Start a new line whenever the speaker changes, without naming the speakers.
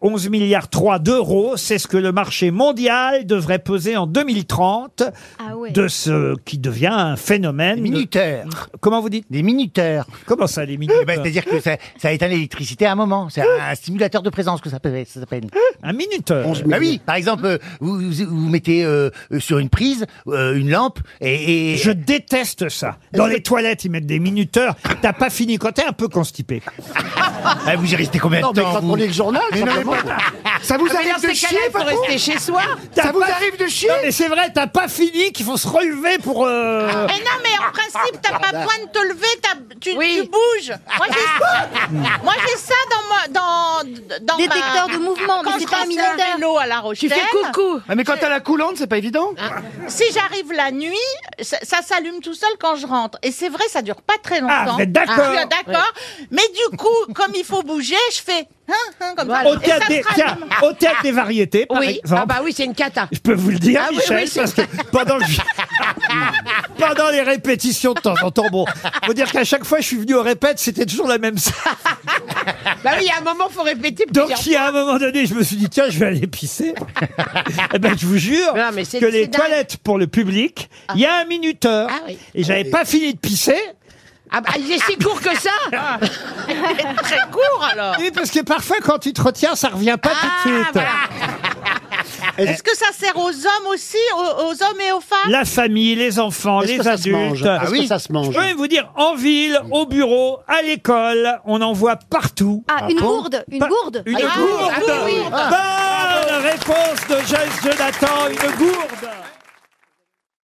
11 milliards 3 d'euros, c'est ce que le marché mondial devrait peser en 2030
Ah ouais.
de ce qui devient un phénomène.
Des
de-
minuteurs.
Comment vous dites
Des minuteurs.
Comment ça, les minutes
Mmh. Eh ben, C'est-à-dire que ça, ça éteint l'électricité à un moment. C'est un simulateur de présence que ça peut- ça s'appelle.
Un minuteur.
Bah oui, par exemple, euh, vous, vous, vous mettez euh, euh, sur une prise euh, une lampe et, et-
Je déteste ça. Dans les toilettes, ils mettent des minuteurs. T'as pas fini quand t'es un peu constipé.
Ah, vous y restez combien de
Non, mais
temps
quand
vous
on lit le
Ah,
journal,
Mais non, mais
simplement. ça vous arrive de chier,
Il faut
patron
rester chez soi.
T'as
Ça vous
pas-
arrive de chier
Non, mais c'est vrai, t'as pas fini qu'il faut se relever pour. euh,
Mais non, mais en principe, t'as pas besoin de te lever, t'as- tu,
Oui.
tu bouges. Moi, j'ai ça, Moi, j'ai ça dans ma. Dans, dans
Détecteur
ma-
de mouvement, mais
Quand
c'est
je
pas un
passe
minuteur.
un vélo à la Rochelle,
Tu fais coucou.
Ah, mais quand t'as la coulante, c'est pas évident.
si j'arrive la nuit, ça, ça s'allume tout seul quand je rentre. Et c'est vrai, ça dure pas très longtemps.
Ah, vous êtes d'accord.
Je suis d'accord. Mais du coup, comme il faut bouger, je fais hein, hein, comme ça.
Au
Et ça
théâtre, des,
me
tiens,
rallume.
au théâtre des variétés, par
Oui.
exemple.
Ah bah oui, c'est une cata.
Je peux vous le dire,
Ah oui,
Michel,
oui, c'est-
parce que pendant, le- pendant les répétitions de temps en temps, bon, faut dire qu'à chaque fois je suis venu au répète, c'était toujours la même salle.
Bah oui, il y a un moment, faut répéter
Donc
plusieurs
si à un moment donné je me suis dit tiens je vais aller pisser, eh ben je vous jure
Mais non, mais c'est-
que les
c'est dingue.
toilettes pour le public, il y a un minuteur
Ah oui.
et j'avais pas fini de pisser.
Ah bah, il est si court que ça
Très court, alors.
Oui parce que parfois quand tu te retiens ça revient pas
Ah,
tout de suite.
Est-ce que ça sert aux hommes aussi, aux, aux hommes et aux femmes
La famille, les enfants,
Est-ce
les
que ça se mange
adultes.
Ah oui, ça se
Je
mange.
peux même vous dire en ville, au bureau, à l'école, on en voit partout.
Ah, une gourde, une
Pas-
gourde.
Une
Ah,
gourde
oui, oui, oui.
Bonne réponse de Joyce Jonathan, une gourde